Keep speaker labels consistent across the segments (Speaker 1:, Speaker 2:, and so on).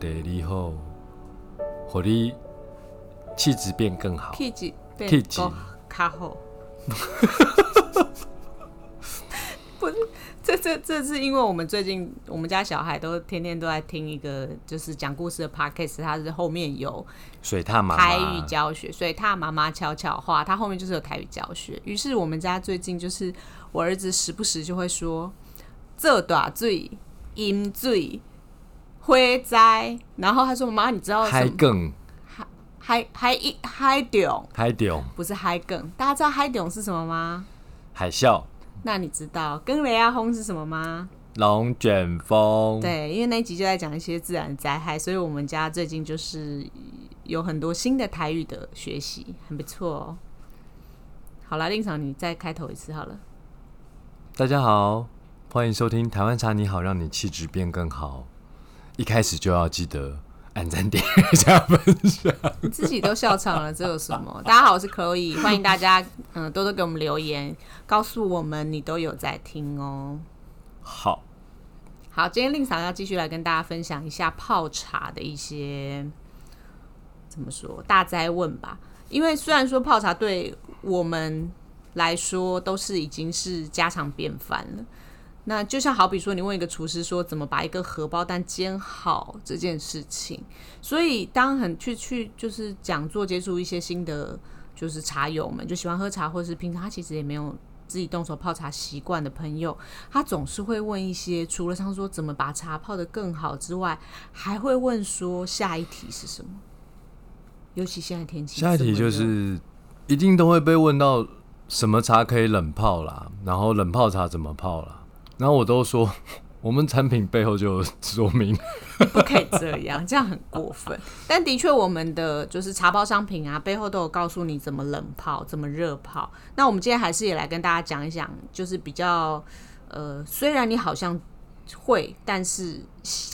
Speaker 1: 地理好，互你气质变更好，
Speaker 2: 气质变
Speaker 1: 气质
Speaker 2: 较较好。不是，这这这是因为我们最近我们家小孩都天天都在听一个就是讲故事的 podcast，它是后面有
Speaker 1: 水獭妈
Speaker 2: 台语
Speaker 1: 妈，
Speaker 2: 教学，所以他妈妈悄悄话，他后面就是有台语教学。于是我们家最近就是我儿子时不时就会说“这大罪、阴罪、灰灾”，然后他说：“妈，你知道什
Speaker 1: 海
Speaker 2: 么？
Speaker 1: 梗
Speaker 2: 嗨嗨一嗨囧，
Speaker 1: 海中
Speaker 2: 不是嗨梗，大家知道嗨囧是什么吗？
Speaker 1: 海啸、
Speaker 2: 那你知道跟雷亚轰是什么吗？
Speaker 1: 嗯龙卷风，
Speaker 2: 对，因为那一集就在讲一些自然灾害，所以我们家最近就是有很多新的台语的学习，很不错哦。好啦，令场你再开头一次好了。
Speaker 1: 大家好，欢迎收听《台湾茶你好》，让你气质变更好。一开始就要记得按赞、点阅加分享。
Speaker 2: 你自己都笑场了，这有什么？大家好，我是 Chloe，欢迎大家嗯、多多给我们留言，告诉我们你都有在听哦。
Speaker 1: 好，
Speaker 2: 好，今天令嫂要继续来跟大家分享一下泡茶的一些怎么说大灾问吧。因为虽然说泡茶对我们来说都是已经是家常便饭了，那就像好比说，你问一个厨师说怎么把一个荷包蛋煎好这件事情，所以当很去去就是讲座接触一些新的就是茶友们，就喜欢喝茶或是平常他其实也没有自己动手泡茶习惯的朋友，他总是会问一些，除了像说怎么把茶泡得更好之外，还会问说下一题是什么。尤其现在天气这么
Speaker 1: 下
Speaker 2: 热，
Speaker 1: 一题就是一定都会被问到什么茶可以冷泡啦，然后冷泡茶怎么泡啦，然后我都说 我们产品背后就有说明。
Speaker 2: 不可以这样， 这样很过分。但的确，我们的就是茶包商品啊，背后都有告诉你怎么冷泡，怎么热泡。那我们今天还是也来跟大家讲一讲，就是比较呃，虽然你好像会，但是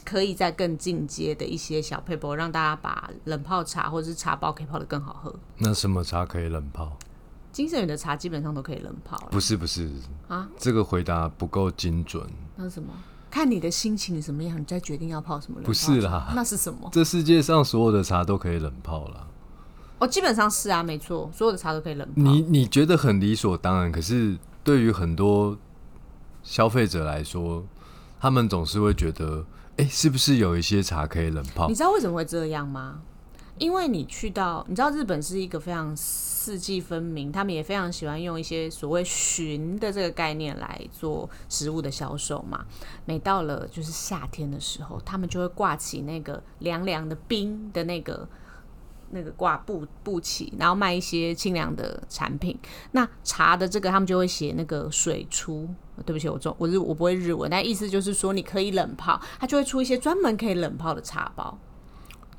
Speaker 2: 可以再更进阶的一些小配博，让大家把冷泡茶或者是茶包可以泡得更好喝。
Speaker 1: 那什么茶可以冷泡？
Speaker 2: 金圣宇的茶基本上都可以冷泡了，
Speaker 1: 不是不是
Speaker 2: 啊，
Speaker 1: 这个回答不够精准。
Speaker 2: 那是什么？看你的心情你什么样，你再决定要泡什么冷泡
Speaker 1: 不是啦
Speaker 2: 茶那是什么？
Speaker 1: 这世界上所有的茶都可以冷泡啦。
Speaker 2: 哦，基本上是啊，没错，所有的茶都可以冷泡。
Speaker 1: 你你觉得很理所当然，可是对于很多消费者来说，他们总是会觉得，哎、是不是有一些茶可以冷泡
Speaker 2: 你？知道为什么会这样吗？因为你去到，你知道日本是一个非常四季分明，他们也非常喜欢用一些所谓“旬”的这个概念来做食物的销售嘛。每到了就是夏天的时候，他们就会挂起那个凉凉的冰的那个那个挂布布旗，然后卖一些清凉的产品。那茶的这个，他们就会写那个水出。哦对不起，我中我日我不会日文，但意思就是说你可以冷泡，它就会出一些专门可以冷泡的茶包，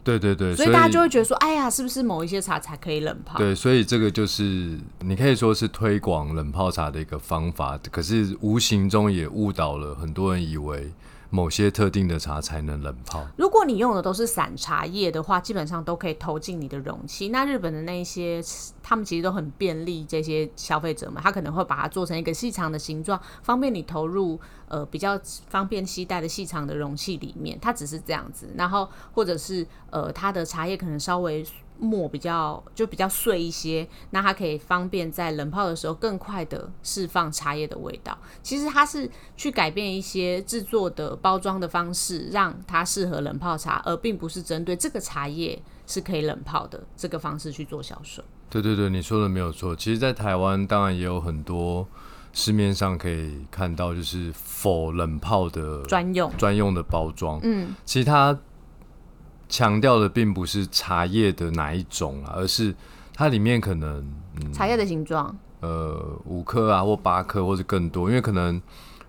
Speaker 1: 对对对，
Speaker 2: 所以大家就会觉得说，哎呀，是不是某一些茶才可以冷泡？
Speaker 1: 对，所以这个就是你可以说是推广冷泡茶的一个方法，可是无形中也误导了很多人，以为某些特定的茶才能冷泡。
Speaker 2: 如果你用的都是散茶叶的话，基本上都可以投进你的容器。那日本的那一些，他们其实都很便利这些消费者们，他可能会把它做成一个细长的形状，方便你投入呃比较方便携带的细长的容器里面。它只是这样子，然后或者是呃它的茶叶可能稍微。磨比较就比较碎一些，那它可以方便在冷泡的时候更快的释放茶叶的味道。其实它是去改变一些制作的包装的方式，让它适合冷泡茶，而并不是针对这个茶叶是可以冷泡的这个方式去做销售。
Speaker 1: 对对对，你说的没有错。其实，在台湾当然也有很多市面上可以看到，就是否冷泡的
Speaker 2: 专用
Speaker 1: 专用的包装。嗯，其实它强调的并不是茶叶的哪一种啊，而是它里面可能
Speaker 2: 茶叶的形状，
Speaker 1: 呃五克啊，或八克，或者更多，因为可能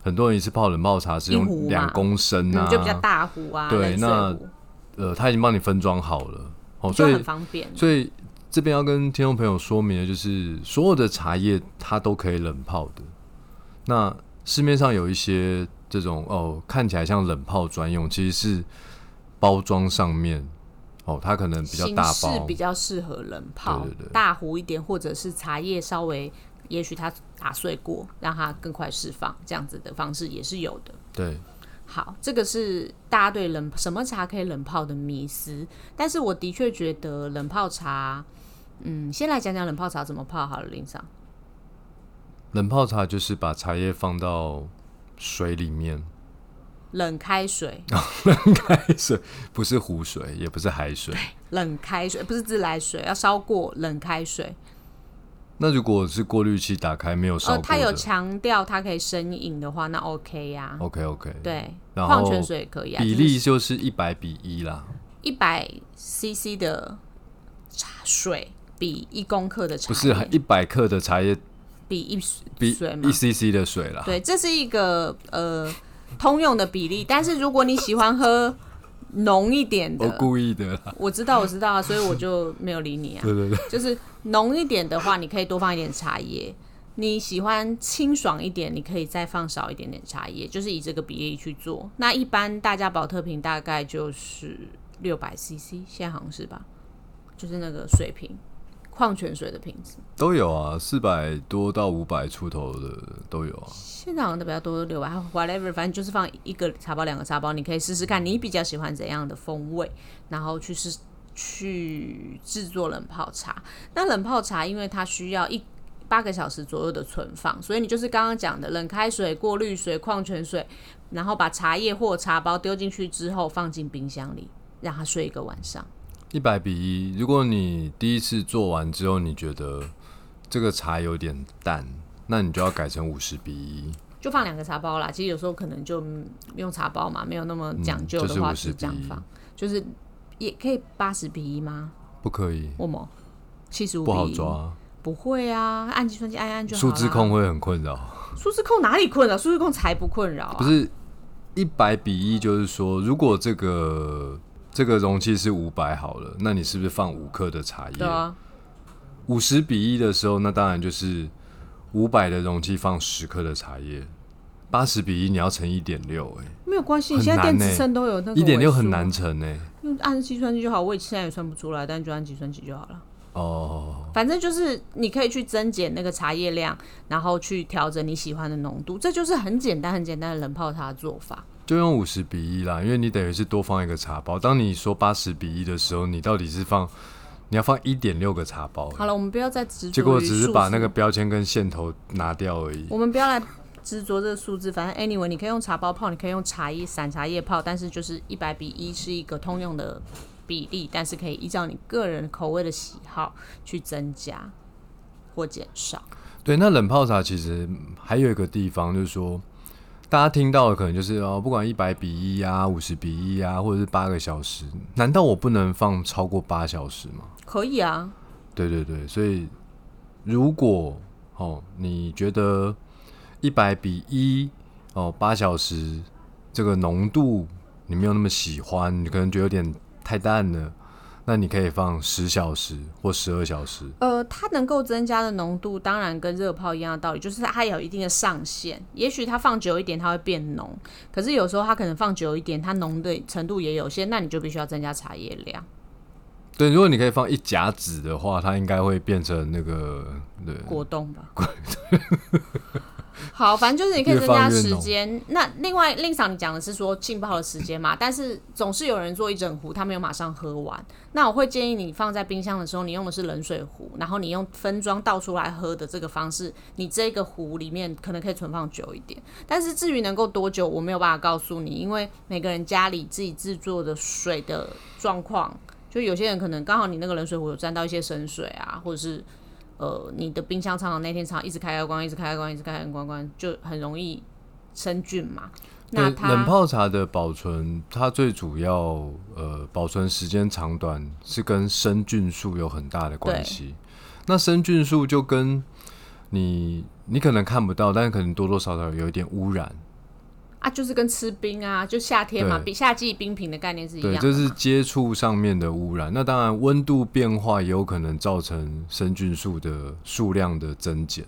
Speaker 1: 很多人一次泡冷泡茶是
Speaker 2: 一壶
Speaker 1: 用
Speaker 2: 嘛
Speaker 1: 两公升啊
Speaker 2: 嗯，，就比较大壶啊，
Speaker 1: 对
Speaker 2: 冷水
Speaker 1: 那
Speaker 2: 壶
Speaker 1: 呃，它已经帮你分装好了，哦，
Speaker 2: 就
Speaker 1: 所以
Speaker 2: 很方便。
Speaker 1: 所以这边要跟听众朋友说明的就是，所有的茶叶它都可以冷泡的。那市面上有一些这种哦，看起来像冷泡专用，其实是包装上面哦，它可能比较
Speaker 2: 形
Speaker 1: 大
Speaker 2: 式
Speaker 1: 包
Speaker 2: 比，较适合冷泡，
Speaker 1: 对对对
Speaker 2: 大壶一点，或者是茶叶稍微，也许它打碎过，让它更快释放，这样子的方式也是有的。
Speaker 1: 对，
Speaker 2: 好，这个是大家对冷什么茶可以冷泡的迷思，但是我的确觉得冷泡茶，嗯，先来讲讲冷泡茶怎么泡好了，林上。
Speaker 1: 冷泡茶就是把茶叶放到水里面，
Speaker 2: 冷开水，
Speaker 1: 冷开水不是湖水，也不是海水。
Speaker 2: 冷开水不是自来水，要烧过冷开水。
Speaker 1: 那如果是过滤器打开没有烧
Speaker 2: 呃，
Speaker 1: 过
Speaker 2: 它有
Speaker 1: 的
Speaker 2: 强调它可以生饮的话，那 OK 呀、
Speaker 1: ，OK OK，
Speaker 2: 对，
Speaker 1: 然
Speaker 2: 矿
Speaker 1: 后
Speaker 2: 泉水也可以啊，
Speaker 1: 比例就是一百比一啦，
Speaker 2: 一百 CC 的茶水比一公克的茶
Speaker 1: 不是
Speaker 2: 叶
Speaker 1: 一百克的茶叶
Speaker 2: 比一
Speaker 1: 比
Speaker 2: 水嘛
Speaker 1: 一 CC 的水啦。
Speaker 2: 对，这是一个呃通用的比例，但是如果你喜欢喝浓一点
Speaker 1: 我
Speaker 2: 的，
Speaker 1: 故意的啦，
Speaker 2: 我知道我知道啊，所以我就没有理你啊。
Speaker 1: 对对对，
Speaker 2: 就是浓一点的话，你可以多放一点茶叶；你喜欢清爽一点，你可以再放少一点点茶叶，就是以这个比例去做。那一般大家保特瓶大概就是六百 CC，现在好像是吧？就是那个水瓶，矿泉水的瓶子，
Speaker 1: 都有啊，四百多到五百出头的都有啊。
Speaker 2: 现在好像都比较多六百，whatever，反正就是放一个茶包、两个茶包，你可以试试看你比较喜欢怎样的风味，然后去试去制作冷泡茶。那冷泡茶因为它需要一八个小时左右的存放，所以你就是刚刚讲的冷开水、过滤水、矿泉水，然后把茶叶或茶包丢进去之后放进冰箱里，让它睡一个晚上。
Speaker 1: 一百比一，如果你第一次做完之后，你觉得这个茶有点淡，那你就要改成五十比一，
Speaker 2: 就放两个茶包啦。其实有时候可能就嗯用茶包嘛，没有那么讲究的
Speaker 1: 嗯
Speaker 2: 话
Speaker 1: 就是
Speaker 2: 是这样
Speaker 1: 50比一
Speaker 2: 放，就是也可以八十比一吗？
Speaker 1: 不可以，
Speaker 2: 我么七十五
Speaker 1: 不好抓，
Speaker 2: 不会啊，按计算机按一按就好
Speaker 1: 数
Speaker 2: 啦
Speaker 1: 字，控会很困扰。
Speaker 2: 数字控哪里困啊扰？数字控才不困扰、啊，
Speaker 1: 不是一百比一，就是说，如果这个这个容器是五百好了，那你是不是放五克的茶
Speaker 2: 对
Speaker 1: 叶？
Speaker 2: 啊，
Speaker 1: 五十、比一的时候，那当然就是五百的容器放十克的茶叶。八十比一，你要乘一点六，哎，
Speaker 2: 没有关系。
Speaker 1: 很
Speaker 2: 你现在电
Speaker 1: 难
Speaker 2: 子
Speaker 1: 欸
Speaker 2: 秤都有那个
Speaker 1: 一点六
Speaker 2: 尾数
Speaker 1: 很难，乘哎、
Speaker 2: 用按计算机就好。我也现在也算不出来，但就按计算机就好了。
Speaker 1: 哦，
Speaker 2: 反正就是你可以去增减那个茶叶量，然后去调整你喜欢的浓度，这就是很简单很简单的冷泡茶的做法。
Speaker 1: 就用五十比一啦，因为你等于是多放一个茶包。当你说八十比一的时候，你到底是放你要放一点六个茶包、欸
Speaker 2: 好了，我们不要再执着于
Speaker 1: 结果只是
Speaker 2: 数
Speaker 1: 把
Speaker 2: 字
Speaker 1: 那个标签跟线头拿掉而已。
Speaker 2: 我们不要来执着这个数字，反正 anyway，你可以用茶包泡，你可以用茶叶散茶叶泡，但是就是一百比一是一个通用的比例，但是可以依照你个人口味的喜好去增加或减少。
Speaker 1: 对，那冷泡茶其实还有一个地方，就是说，大家听到的可能就是哦，不管一百比一啊、五十比一啊，或者是八个小时，难道我不能放超过八小时吗？
Speaker 2: 可以啊，
Speaker 1: 对对对，所以如果哦，你觉得一百比一哦八小时这个浓度你没有那么喜欢，你可能觉得有点太淡了，那你可以放十小时或十二小时。
Speaker 2: 呃，它能够增加的浓度，当然跟热泡一样的道理，就是它有一定的上限。也许它放久一点，它会变浓，可是有时候它可能放久一点，它浓的程度也有限，那你就必须要增加茶叶量。
Speaker 1: 对，如果你可以放一甲子的话，它应该会变成那个对
Speaker 2: 果冻吧。 好，反正就是你可以
Speaker 1: 越
Speaker 2: 增
Speaker 1: 放
Speaker 2: 加
Speaker 1: 越
Speaker 2: 时
Speaker 1: 浓
Speaker 2: 间。那另外令赏你讲的是说浸泡的时间 嘛，但是总是有人做一整壶，他没有马上喝完。那我会建议你放在冰箱的时候，你用的是冷水壶，然后你用分装倒出来喝的这个方式，你这个壶里面可能可以存放久一点。但是至于能够多久，我没有办法告诉你，因为每个人家里自己制作的水的状况，就有些人可能刚好你那个冷水壶有沾到一些生水啊，或者是呃你的冰箱常常那天常常一直开开关，一直开开关，一直开开关关，就很容易生菌嘛。那
Speaker 1: 对冷
Speaker 2: 它
Speaker 1: 泡茶的保存，它最主要呃保存时间长短是跟生菌数有很大的关系。那生菌数就跟你你可能看不到，但是可能多多少少有一点污染。
Speaker 2: 啊，就是跟吃冰啊，就夏天嘛，
Speaker 1: 对
Speaker 2: 比夏季冰品的概念是一样
Speaker 1: 对，
Speaker 2: 的。
Speaker 1: 这是接触上面的污染。那当然，温度变化也有可能造成生菌数的数量的增减。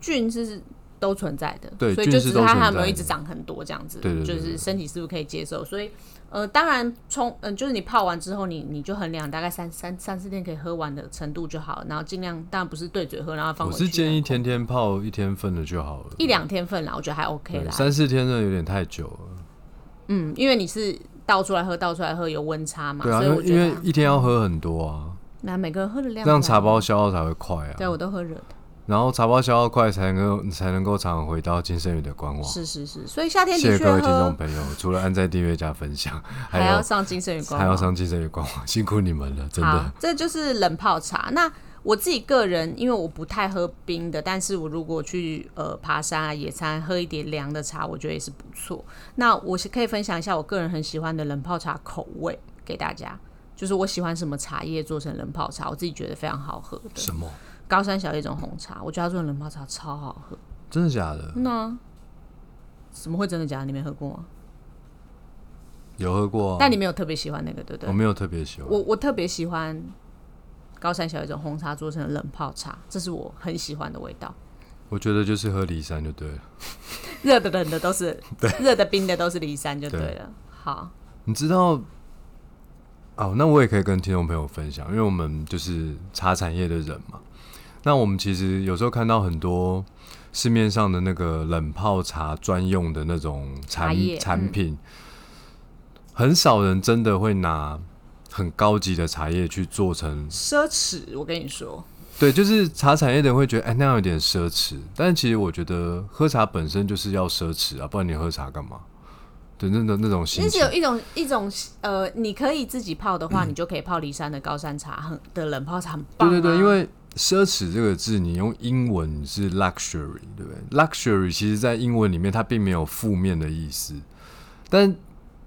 Speaker 2: 菌是都存在的，
Speaker 1: 对
Speaker 2: 所以
Speaker 1: 菌
Speaker 2: 就是只是
Speaker 1: 都
Speaker 2: 它
Speaker 1: 存
Speaker 2: 还有没有
Speaker 1: 在
Speaker 2: 一
Speaker 1: 的
Speaker 2: 直长很多这样子，
Speaker 1: 对对对
Speaker 2: 就
Speaker 1: 对
Speaker 2: 是身体是不是可以接受？所以呃，当然冲，嗯、就是你泡完之后你，你就衡量大概三三三四天可以喝完的程度就好，然后尽量当然不是对嘴喝，然后放
Speaker 1: 我
Speaker 2: 回去
Speaker 1: 是
Speaker 2: 啊。
Speaker 1: 建议天天泡一天份的就好了。
Speaker 2: 一两天份啦，我觉得还 OK
Speaker 1: 对
Speaker 2: 啦。
Speaker 1: 三四天真的有点太久了。
Speaker 2: 嗯，因为你是倒出来喝，倒出来喝有温差嘛，
Speaker 1: 对啊，
Speaker 2: 所以我
Speaker 1: 因
Speaker 2: 觉
Speaker 1: 为
Speaker 2: 得
Speaker 1: 一天要喝很多啊，
Speaker 2: 那每个人喝的量
Speaker 1: 这样茶
Speaker 2: 不一样，
Speaker 1: 包消耗才会快啊。
Speaker 2: 对我都喝热的，
Speaker 1: 然后茶包消耗快，才能够才能够常常回到金圣宇的官网。
Speaker 2: 是是是，所以夏天
Speaker 1: 谢
Speaker 2: 的
Speaker 1: 谢
Speaker 2: 确
Speaker 1: 各位听众
Speaker 2: 喝
Speaker 1: 朋友，除了按在订阅加分享，还
Speaker 2: 还要
Speaker 1: 要
Speaker 2: 上精神与光
Speaker 1: 还要上金圣宇官网， 辛苦你们了，真
Speaker 2: 好
Speaker 1: 的。，
Speaker 2: 这就是冷泡茶。那我自己个人，因为我不太喝冰的，但是我如果去呃爬山啊、野餐，喝一点凉的茶，我觉得也是不错。那我是可以分享一下我个人很喜欢的冷泡茶口味给大家，就是我喜欢什么茶叶做成冷泡茶，我自己觉得非常好喝的。
Speaker 1: 什么？
Speaker 2: 高山小叶种红茶，我觉得它做的冷泡茶超好喝。
Speaker 1: 真的假的？
Speaker 2: 那怎么会真的假的？你没喝过吗？
Speaker 1: 有喝过、啊
Speaker 2: 但？你没有特别喜欢那个，对不对
Speaker 1: 我？没有特别喜欢。
Speaker 2: 我我特别喜欢高山小一种红茶做成的冷泡茶，这是我很喜欢的味 道。
Speaker 1: 我觉得就是喝梨山就对了。
Speaker 2: 热的、冷的都是，热的、冰的都是离山就对了。好，
Speaker 1: 你知道？哦，那我也可以跟听众朋友分享，因为我们就是茶产业的人嘛。那我们其实有时候看到很多市面上的那个冷泡茶专用的那种
Speaker 2: 茶
Speaker 1: 产
Speaker 2: 叶
Speaker 1: 产
Speaker 2: 嗯
Speaker 1: 品，很少人真的会拿很高级的茶叶去做成
Speaker 2: 奢侈，我跟你说，
Speaker 1: 对，就是茶产业的人会觉得，哎，那样有点奢侈。但其实我觉得喝茶本身就是要奢侈啊，不然你喝茶干嘛？对，那种那种心
Speaker 2: 其实
Speaker 1: 情
Speaker 2: 有，一种一种呃，你可以自己泡 的话，你就可以泡离山的高山茶，很的冷泡茶很棒、
Speaker 1: 对
Speaker 2: 啊。
Speaker 1: 对对，因为奢侈这个字，你用英文是 luxury，对不对？luxury 其实在英文里面它并没有负面的意思，但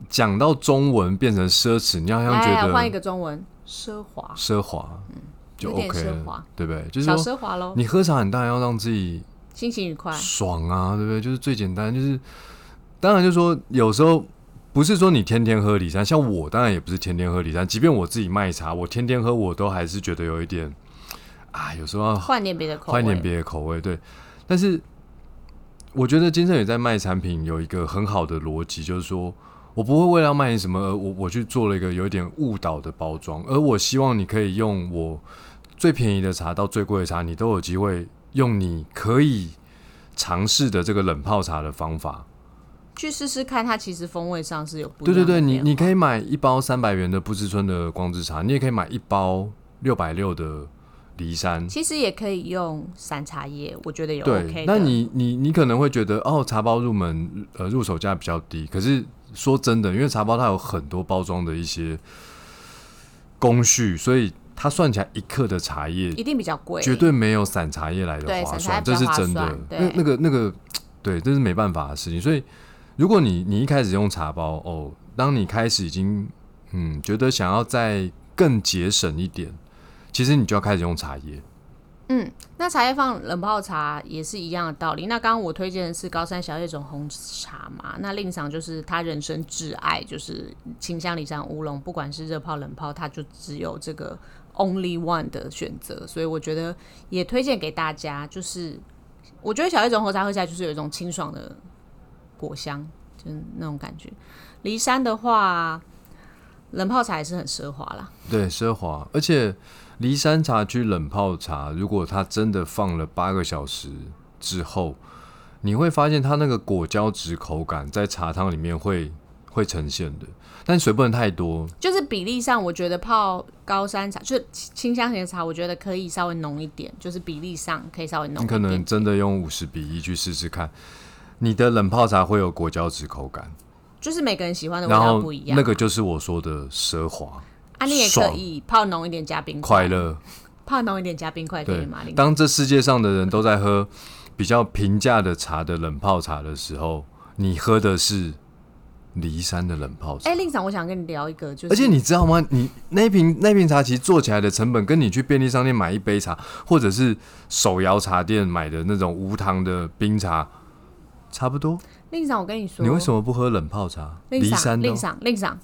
Speaker 1: 讲到中文变成奢侈，你好像
Speaker 2: 来
Speaker 1: 觉
Speaker 2: 来哎换一
Speaker 1: 得
Speaker 2: 个中文，奢华，
Speaker 1: 奢华，就
Speaker 2: 有点
Speaker 1: OK
Speaker 2: 奢华
Speaker 1: 了，对不对？就是
Speaker 2: 小
Speaker 1: 说
Speaker 2: 奢华喽，
Speaker 1: 你喝茶，你当然要让自己
Speaker 2: 心情愉快。
Speaker 1: 爽啊，对不对？就是最简单，就是当然就是说有时候不是说你天天喝李山，像我当然也不是天天喝李山，即便我自己卖茶，我天天喝我都还是觉得有一点啊，有时候要
Speaker 2: 换点别的口味，
Speaker 1: 换点别的口味，对。但是我觉得金盛宇在卖产品有一个很好的逻辑，就是说我不会为了要卖你什么而我我去做了一个有一点误导的包装，而我希望你可以用我最便宜的茶到最贵的茶，你都有机会用你可以尝试的这个冷泡茶的方法。
Speaker 2: 去试试看，它其实风味上是有不一
Speaker 1: 对
Speaker 2: 样
Speaker 1: 对
Speaker 2: 的
Speaker 1: 对，你
Speaker 2: 变
Speaker 1: 你
Speaker 2: 化
Speaker 1: 可以买一包三百元的不知春的光之茶，你也可以买一包六百六的骊山。
Speaker 2: 其实也可以用散茶叶，我觉得也
Speaker 1: 对
Speaker 2: OK 的。
Speaker 1: 那你你你可能会觉得哦，茶包入门呃入手价比较低，可是说真的，因为茶包它有很多包装的一些工序，所以它算起来一克的茶叶
Speaker 2: 一定比较贵，
Speaker 1: 绝对没有散茶叶来的
Speaker 2: 对
Speaker 1: 划
Speaker 2: 散茶
Speaker 1: 算，
Speaker 2: 叶比
Speaker 1: 这
Speaker 2: 较
Speaker 1: 是
Speaker 2: 划
Speaker 1: 真的
Speaker 2: 算。对
Speaker 1: 那那个那个，对，这是没办法的事情。所以如果你你一开始用茶包哦，当你开始已经嗯觉得想要再更节省一点，其实你就要开始用茶叶。
Speaker 2: 嗯，那茶叶放冷泡茶也是一样的道理。那刚刚我推荐的是高山小叶种红茶嘛，那令赏就是他人生挚爱，就是清香里山乌龙，不管是热泡冷泡，它就只有这个 only one 的选择，所以我觉得也推荐给大家。就是我觉得小叶种红茶喝起来就是有一种清爽的果香，就是那种感觉。骊山的话，冷泡茶也是很奢华啦。
Speaker 1: 对，奢华，而且骊山茶区冷泡茶，如果它真的放了八个小时之后，你会发现它那个果胶质口感在茶汤里面会会呈现的，但水不能太多。
Speaker 2: 就是比例上，我觉得泡高山茶就是清香型的茶，我觉得可以稍微浓一点，就是比例上可以稍微浓
Speaker 1: 你
Speaker 2: 一
Speaker 1: 可
Speaker 2: 点。
Speaker 1: 能真的用五十比一去试试看，你的冷泡茶会有果胶质口感，
Speaker 2: 就是每个人喜欢的味
Speaker 1: 然
Speaker 2: 道
Speaker 1: 后
Speaker 2: 不一样。
Speaker 1: 那个就是我说的奢华、
Speaker 2: 啊，你也可
Speaker 1: 爽
Speaker 2: 以泡浓一点加冰
Speaker 1: 快
Speaker 2: 块，
Speaker 1: 乐。
Speaker 2: 泡浓一点加冰块可以
Speaker 1: 对
Speaker 2: 吗？林，
Speaker 1: 当这世界上的人都在喝比较平价的茶的冷泡茶的时候，你喝的是骊山的冷泡茶。
Speaker 2: 哎、令长，我想跟你聊一个，就是
Speaker 1: 而且你知道吗？你那瓶那瓶茶其实做起来的成本，跟你去便利商店买一杯茶，或者是手摇茶店买的那种无糖的冰茶，差不多。
Speaker 2: 令长，我跟你说，
Speaker 1: 你为什么不喝冷泡茶？
Speaker 2: 令
Speaker 1: 骊
Speaker 2: 赏
Speaker 1: 山的
Speaker 2: 令
Speaker 1: 哦、
Speaker 2: 赏令赏，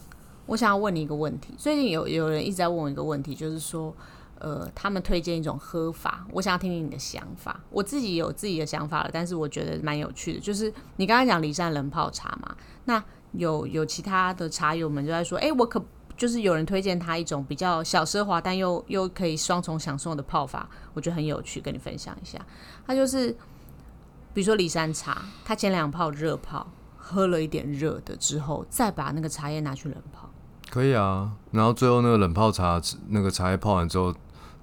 Speaker 2: 我想要问你一个问题。最近有有人一直在问我一个问题，就是说，呃，他们推荐一种喝法，我想要听听你的想法。我自己有自己的想法了，但是我觉得蛮有趣的。就是你刚才讲骊山冷泡茶嘛，那有有其他的茶友们就在说，哎、我可就是有人推荐他一种比较小奢华，但又又可以双重享受的泡法，我觉得很有趣，跟你分享一下。它就是比如说骊山茶，它前两泡热泡，喝了一点热的之后，再把那个茶叶拿去冷泡。
Speaker 1: 可以啊。然后最后那个冷泡茶，那个茶叶泡完之后，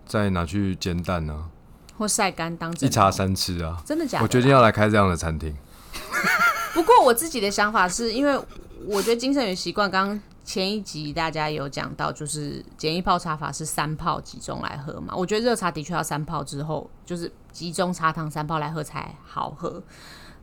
Speaker 1: 再拿去煎蛋啊，
Speaker 2: 或晒干当
Speaker 1: 一
Speaker 2: 枕
Speaker 1: 茶
Speaker 2: 头。
Speaker 1: 三吃啊。
Speaker 2: 真的假的啊？
Speaker 1: 我决定要来开这样的餐厅。
Speaker 2: 不过我自己的想法是因为我觉得精神与习惯，刚刚前一集大家有讲到，就是简易泡茶法是三泡集中来喝嘛。我觉得热茶的确要三泡之后，就是集中茶汤三泡来喝才好喝。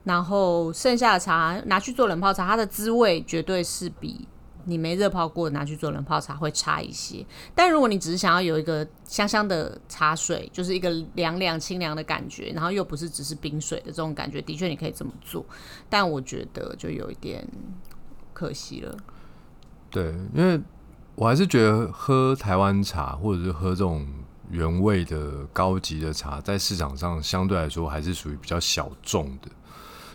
Speaker 2: 然后剩下的茶拿去做冷泡茶，它的滋味绝对是比你没热泡过的拿去做冷泡茶会差一些。但如果你只是想要有一个香香的茶水，就是一个凉凉清凉的感觉，然后又不是只是冰水的这种感觉，的确你可以这么做。但我觉得就有一点可惜了。
Speaker 1: 对，因为我还是觉得喝台湾茶或者是喝这种原味的高级的茶，在市场上相对来说还是属于比较小众的。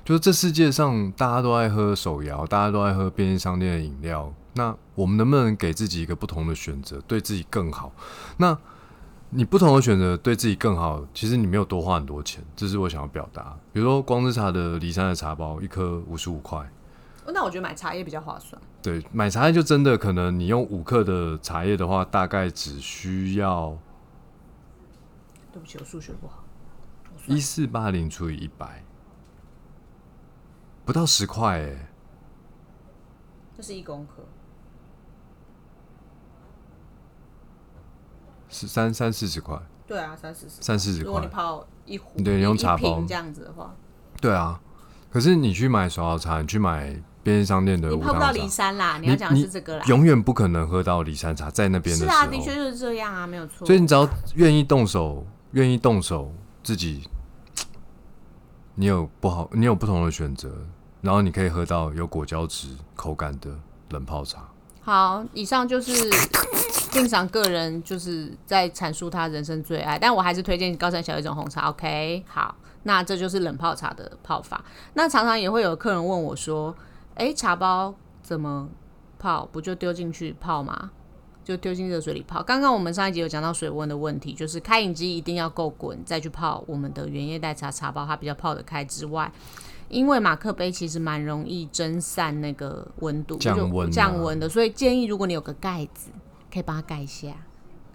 Speaker 1: 就是这世界上大家都爱喝手摇，大家都爱喝便利商店的饮料，那我们能不能给自己一个不同的选择，对自己更好？那你不同的选择对自己更好，其实你没有多花很多钱，这是我想要表达。比如说光之茶的离山的茶包，一颗五十五块，
Speaker 2: 哦那我觉得买茶叶比较划算。
Speaker 1: 对，买茶叶就真的可能你用五克的茶叶的话，大概只需要
Speaker 2: 对不起，我数学不好。嗯
Speaker 1: 一四八零除以一百，不到十块哎，
Speaker 2: 这是一公克，
Speaker 1: 是三三四十块，
Speaker 2: 对啊，三四十。
Speaker 1: 三四十
Speaker 2: 如果你
Speaker 1: 块，
Speaker 2: 泡一壶，
Speaker 1: 对你用茶
Speaker 2: 一瓶
Speaker 1: 包
Speaker 2: 这样子的话，
Speaker 1: 对啊。可是你去买手摇茶，你去买便利商店的
Speaker 2: 你
Speaker 1: 无
Speaker 2: 泡不到
Speaker 1: 糖
Speaker 2: 离
Speaker 1: 茶，
Speaker 2: 山啦。
Speaker 1: 你
Speaker 2: 你要讲的是这个啦。
Speaker 1: 永远不可能喝到离山茶，在那边的
Speaker 2: 是
Speaker 1: 时
Speaker 2: 啊，
Speaker 1: 候，
Speaker 2: 的确就是这样啊，没有错。
Speaker 1: 所以你只要愿意动手，愿意动手，自己，你有不好，你有不同的选择，然后你可以喝到有果胶质口感的冷泡茶。
Speaker 2: 好，以上就是 定赏个人就是在阐述他人生最爱，但我还是推荐高山小有一种红茶。OK，好，那这就是冷泡茶的泡法。那常常也会有客人问我说：“诶，茶包怎么泡？不就丢进去泡吗？”就丢进热水里泡。刚刚我们上一集有讲到水温的问题，就是开饮机一定要够滚再去泡我们的原叶代茶茶包，它比较泡得开之外，因为马克杯其实蛮容易蒸散那个温度，
Speaker 1: 降温啊
Speaker 2: 就降温的，所以建议如果你有个盖子，可以帮它盖一下，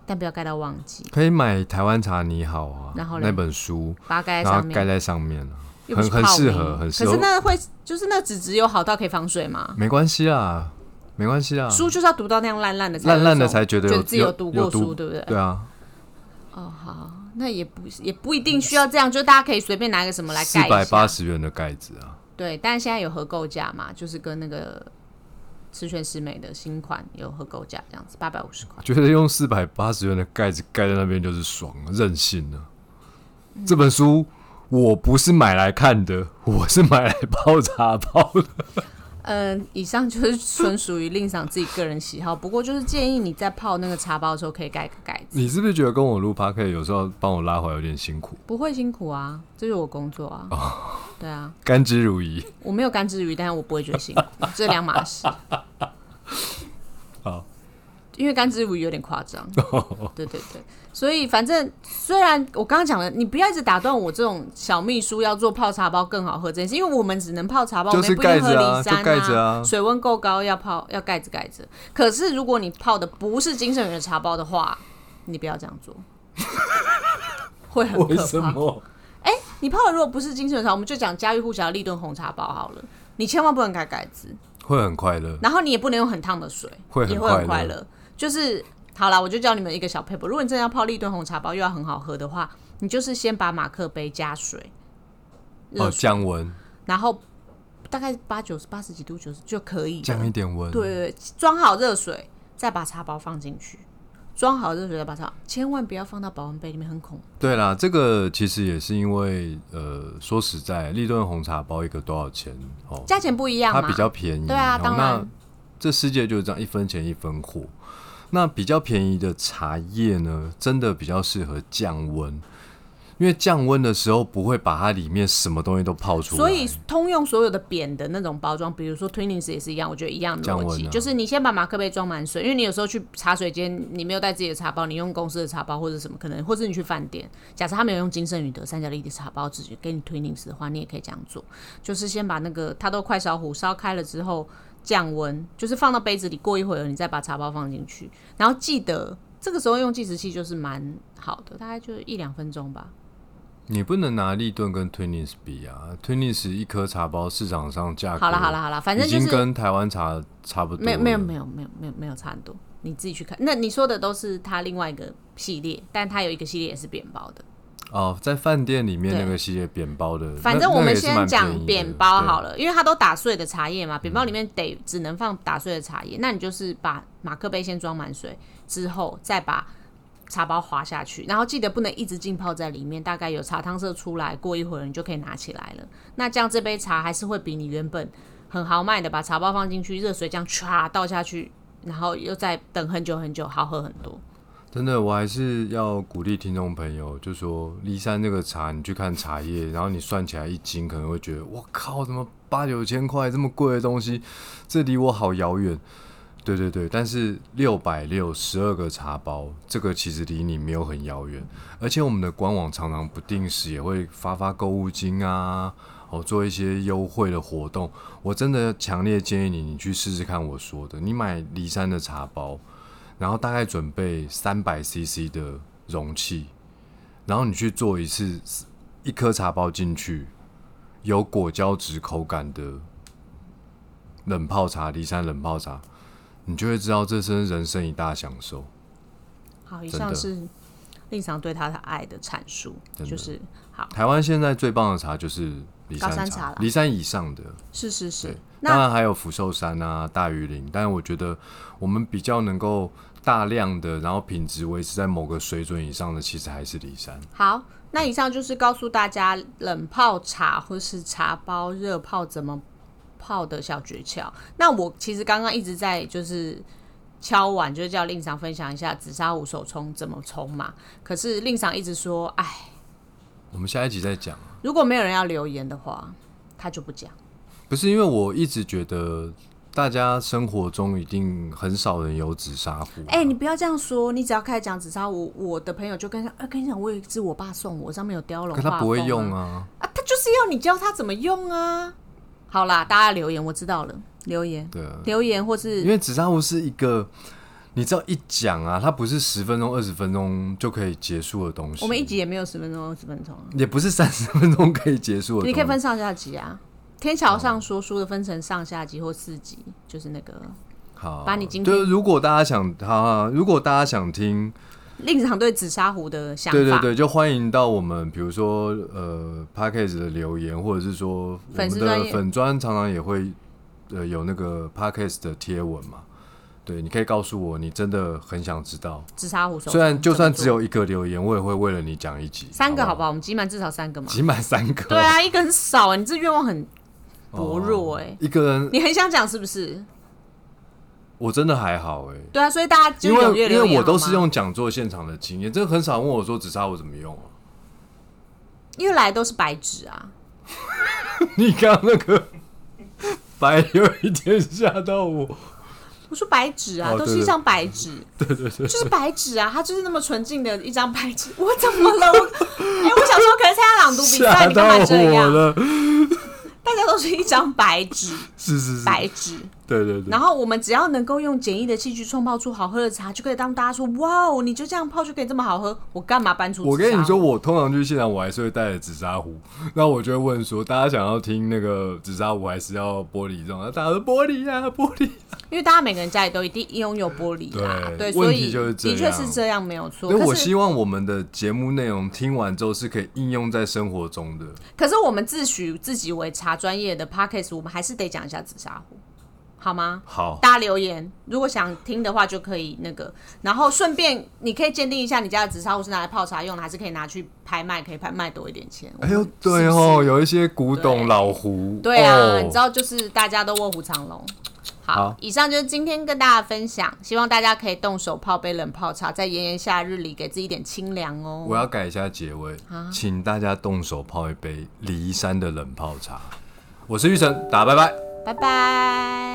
Speaker 2: 但不要盖到忘记，
Speaker 1: 可以买《台湾茶你好》啊，
Speaker 2: 然后嘞
Speaker 1: 那本书，
Speaker 2: 把它盖在
Speaker 1: 然
Speaker 2: 上
Speaker 1: 后盖
Speaker 2: 面，
Speaker 1: 在上面啊，
Speaker 2: 又不
Speaker 1: 很
Speaker 2: 是
Speaker 1: 很
Speaker 2: 泡
Speaker 1: 适
Speaker 2: 棉
Speaker 1: 合，很适
Speaker 2: 可
Speaker 1: 合
Speaker 2: 是。那会就是那纸质有好到可以防水吗？
Speaker 1: 没关系啦，没关系啦，
Speaker 2: 书就是要读到那样烂烂的，
Speaker 1: 嗯烂烂的
Speaker 2: 才有
Speaker 1: 才觉
Speaker 2: 一种
Speaker 1: 得
Speaker 2: 觉
Speaker 1: 有
Speaker 2: 得自己有
Speaker 1: 有
Speaker 2: 读
Speaker 1: 有
Speaker 2: 过
Speaker 1: 读
Speaker 2: 书，对不对？
Speaker 1: 对啊，
Speaker 2: 哦，好，那也不也不一定需要这样，就是大家可以随便拿一个什么来
Speaker 1: 四
Speaker 2: 盖
Speaker 1: 百
Speaker 2: 一
Speaker 1: 八
Speaker 2: 下。
Speaker 1: 十元的盖子啊，
Speaker 2: 对，但是现在有合购价嘛，就是跟那个池泉石美的新款有合购价，这样子八百五十块。
Speaker 1: 觉得用四百八十元的盖子盖在那边就是爽啊，任性啊！
Speaker 2: 嗯
Speaker 1: 这本书我不是买来看的，我是买来泡茶泡的。
Speaker 2: 嗯，以上就是纯属于令赏自己个人喜好，不过就是建议你在泡那个茶包的时候可以盖个盖子，
Speaker 1: 你是不是觉得跟我录 p o d 有时候帮我拉回来有点辛苦？
Speaker 2: 不会辛苦啊，这是我工作啊。
Speaker 1: 哦
Speaker 2: 对啊，
Speaker 1: 甘之如饴。
Speaker 2: 我没有甘之鱼，但是我不会觉得辛苦，这两码事。
Speaker 1: 好，
Speaker 2: 因为甘之鱼有点 夸张，对对对，所以反正虽然我刚刚讲了，你不要一直打断我这种小秘书要做泡茶包更好喝这件事，因为我们只能泡茶包，
Speaker 1: 就是
Speaker 2: 我们也不一
Speaker 1: 盖
Speaker 2: 定
Speaker 1: 子啊
Speaker 2: 喝梨山
Speaker 1: 就盖子啊
Speaker 2: 水温够高要泡要盖着盖着。可是如果你泡的不是金圣宇的茶包的话，你不要这样做， 会很可
Speaker 1: 为
Speaker 2: 怕。
Speaker 1: 什么？
Speaker 2: 你泡的如果不是金圣茶，我们就讲家喻户晓的立顿红茶包好了。你千万不能改盖子，
Speaker 1: 会很快乐，
Speaker 2: 然后你也不能用很烫的水，
Speaker 1: 会很
Speaker 2: 也会很
Speaker 1: 快
Speaker 2: 快
Speaker 1: 乐
Speaker 2: 乐。就是好啦，我就教你们一个小 paper。如果你真的要泡立顿红茶包又要很好喝的话，你就是先把马克杯加水，热
Speaker 1: 哦，
Speaker 2: 水，
Speaker 1: 降温，
Speaker 2: 然后大概八九十八十几度九十就可以了
Speaker 1: 降一点温。，
Speaker 2: 对对，对装好热水，再把茶包放进去。装好热水再把茶，千万不要放到保温杯里面，很恐怖。
Speaker 1: 对啦，这个其实也是因为，呃，说实在，立顿红茶包一个多少钱？哦，
Speaker 2: 价钱不一样
Speaker 1: 它
Speaker 2: 嘛，
Speaker 1: 比较便宜。
Speaker 2: 对啊
Speaker 1: 哦
Speaker 2: 当然
Speaker 1: 那这世界就是这样，一分钱一分货。那比较便宜的茶叶呢，真的比较适合降温，因因为降温的时候不会把它里面什么东西都泡出来，
Speaker 2: 所以通用所有的扁的那种包装，比如说 Twinings 也是一样，我觉得一样的
Speaker 1: 降
Speaker 2: 逻
Speaker 1: 温
Speaker 2: 辑，
Speaker 1: 啊
Speaker 2: 就是你先把马克杯装满水，因为你有时候去茶水间，你没有带自己的茶包，你用公司的茶包或者什么可能，或者你去饭店，假设他没有用金圣宇的三角立体茶包，只给你 Twinings 的话，你也可以这样做，就是先把那个它都快烧糊烧开了之后降温，就是放到杯子里，过一会儿你再把茶包放进去，然后记得这个时候用计时器就是蛮好的，大概就一两分钟吧。
Speaker 1: 你不能拿立顿跟 Twinings 比啊，Twinings 一颗茶包市场上价格
Speaker 2: 好啦好啦好啦，反正
Speaker 1: 已
Speaker 2: 就
Speaker 1: 经
Speaker 2: 是
Speaker 1: 跟台湾茶差不多了，
Speaker 2: 没有没有没有没有没有没有差很多，你自己去看。那你说的都是它另外一个系列，但它有一个系列也是扁包的。
Speaker 1: 哦，在饭店里面
Speaker 2: 对
Speaker 1: 那个系列扁包的，
Speaker 2: 反
Speaker 1: 那
Speaker 2: 正
Speaker 1: 那
Speaker 2: 我
Speaker 1: 个
Speaker 2: 们
Speaker 1: 也是
Speaker 2: 先
Speaker 1: 蛮便宜
Speaker 2: 讲
Speaker 1: 的
Speaker 2: 扁包好
Speaker 1: 对
Speaker 2: 了，因为它都打碎的茶叶嘛，扁包里面得只能放打碎的茶叶。那你就是把马克杯先装满水，之后再把茶包滑下去，然后记得不能一直浸泡在里面，大概有茶汤色出来，过一会儿你就可以拿起来了。那这样这杯茶还是会比你原本很豪迈的把茶包放进去，热水这样唰倒下去，然后又再等很久很久，好喝很多。
Speaker 1: 真的，我还是要鼓励听众朋友，就说骊山这个茶，你去看茶叶，然后你算起来一斤，可能会觉得我靠，怎么八九千块这么贵的东西，这离我好遥远。对对对，但是六百六十二个茶包，这个其实离你没有很遥远。而且我们的官网常常不定时也会发发购物金啊，哦，做一些优惠的活动。我真的强烈建议你，你去试试看我说的，你买骊山的茶包，然后大概准备三百 CC 的容器，然后你去做一次，一颗茶包进去，有果胶质口感的冷泡茶，骊山冷泡茶，你就会知道这是人生一大享受。
Speaker 2: 好，以
Speaker 1: 真
Speaker 2: 上
Speaker 1: 的
Speaker 2: 是令常对他的爱的阐述，就是好，
Speaker 1: 台湾现在最棒的茶就是骊
Speaker 2: 高山
Speaker 1: 山
Speaker 2: 茶啦
Speaker 1: 骊山以上的，
Speaker 2: 是是是
Speaker 1: 对。当
Speaker 2: 那
Speaker 1: 然还有福寿山啊、大余岭，但我觉得我们比较能够大量的，然后品质维持在某个水准以上的，其实还是骊山。
Speaker 2: 好，那以上就是告诉大家冷泡茶或是茶包热泡怎么泡的小诀窍。那我其实刚刚一直在就是敲碗，就是叫令赏分享一下紫砂壶手冲怎么冲嘛。可是令赏一直说，哎，
Speaker 1: 我们下一集再讲。
Speaker 2: 如果没有人要留言的话，他就不讲。
Speaker 1: 不是因为我一直觉得大家生活中一定很少人有紫砂壶、啊
Speaker 2: 哎、你不要这样说，你只要开始讲紫砂壶，我的朋友就跟他，哎、跟你讲，我有一只我爸送我，上面有雕龙
Speaker 1: 可
Speaker 2: 画
Speaker 1: 他不会用
Speaker 2: 啊
Speaker 1: 啊。
Speaker 2: 啊，他就是要你教他怎么用啊。好啦，大家留言，我知道了，留言，
Speaker 1: 对啊，
Speaker 2: 留言或
Speaker 1: 因
Speaker 2: 是
Speaker 1: 为紫砂壶是一个，你知道一讲啊，它不是十分钟、二十分钟就可以结束的东西。
Speaker 2: 我们一集也没有十分钟、二十分钟啊，
Speaker 1: 也不是三十分钟可以结束的东西。
Speaker 2: 你可以分上下集啊。天桥上说书的分成上下集或四集，就是那个
Speaker 1: 哦好，
Speaker 2: 把你今天
Speaker 1: 就是如果大家想，好、啊，如果大家想听，
Speaker 2: 令长对紫砂壶的想法。
Speaker 1: 对对对，就欢迎到我们，比如说呃 p a c k a g e 的留言，或者是说我
Speaker 2: 粉丝
Speaker 1: 们
Speaker 2: 专
Speaker 1: 的
Speaker 2: 页
Speaker 1: 粉砖常常也会呃有那个 p a c k a g e 的贴文嘛。对，你可以告诉我，你真的很想知道。
Speaker 2: 紫砂壶手冲
Speaker 1: 虽然就算只
Speaker 2: 怎么
Speaker 1: 有一个留言，我也会为了你讲一集。
Speaker 2: 做三个，好
Speaker 1: 好
Speaker 2: 不好？我们集满至少三个嘛
Speaker 1: 不好？。集满三个，
Speaker 2: 对啊，一个很少、欸，你这愿望很薄
Speaker 1: 哦
Speaker 2: 弱哎、
Speaker 1: 一个人
Speaker 2: 你很想讲是不是？
Speaker 1: 我真的还好哎、
Speaker 2: 对啊，所以大家就
Speaker 1: 因
Speaker 2: 踊
Speaker 1: 为
Speaker 2: 跃
Speaker 1: 因
Speaker 2: 留言
Speaker 1: 为我都
Speaker 2: 好
Speaker 1: 是
Speaker 2: 吗
Speaker 1: 用讲座现场的经验，真的很少问我说紫砂我怎么用啊。
Speaker 2: 因为来都是白纸啊。
Speaker 1: 你刚刚那个白有一点吓到我，
Speaker 2: 我说白纸啊，
Speaker 1: 哦
Speaker 2: 都
Speaker 1: 对
Speaker 2: 是 一
Speaker 1: 对
Speaker 2: 张白纸，对对对，就是白纸啊，它就是那么纯净的一张白纸。我怎 么了？我哎、我小时候可能参加朗读比赛，
Speaker 1: 吓
Speaker 2: 你
Speaker 1: 到
Speaker 2: 干嘛这
Speaker 1: 我
Speaker 2: 样？
Speaker 1: 了，
Speaker 2: 大家都是一张白纸，
Speaker 1: 是是是，
Speaker 2: 白纸。
Speaker 1: 对对对
Speaker 2: 然，后我们只要能够用简易的器具冲泡出好喝的茶，就可以让大家说：“哇哦，你就这样泡就可以这么好喝，我干嘛搬出？”啊
Speaker 1: 我跟你说，，我通常去现场，我还是会带着紫砂壶，那我就会问说，大家想要听那个紫砂壶，还是要玻璃这种？大家说玻璃啊，玻璃、啊。
Speaker 2: 因为大家每个人家里都一定拥有玻璃啦，
Speaker 1: 对
Speaker 2: 所
Speaker 1: 问
Speaker 2: 以
Speaker 1: 题就是这
Speaker 2: 的确
Speaker 1: 样
Speaker 2: 是这样，没有错。
Speaker 1: 所以我
Speaker 2: 哦可是
Speaker 1: 希望我们的节目内容听完之后是可以应用在生活中的。
Speaker 2: 可是我们自诩自己为茶专业的 p a c k a g e 我们还是得讲一下紫砂壶，好吗？
Speaker 1: 好，
Speaker 2: 大家留言，如果想听的话就可以那个，然后顺便你可以鉴定一下你家的紫砂壶是拿来泡茶用的，还是可以拿去拍卖，可以拍卖多一点钱。
Speaker 1: 哎呦，
Speaker 2: 我们
Speaker 1: 对
Speaker 2: 是不是
Speaker 1: 哦，有一些古
Speaker 2: 对
Speaker 1: 董老壶，
Speaker 2: 对啊，
Speaker 1: 哦
Speaker 2: 你知道就是大家都卧虎藏龙，好，
Speaker 1: 好
Speaker 2: 以上就是今天跟大家分享，希望大家可以动手泡杯冷泡茶，在炎炎夏日里给自己一点清凉哦。
Speaker 1: 我要改一下结尾，
Speaker 2: 啊
Speaker 1: 请大家动手泡一杯骊山的冷泡茶。我是玉成，大家拜拜。
Speaker 2: 拜拜。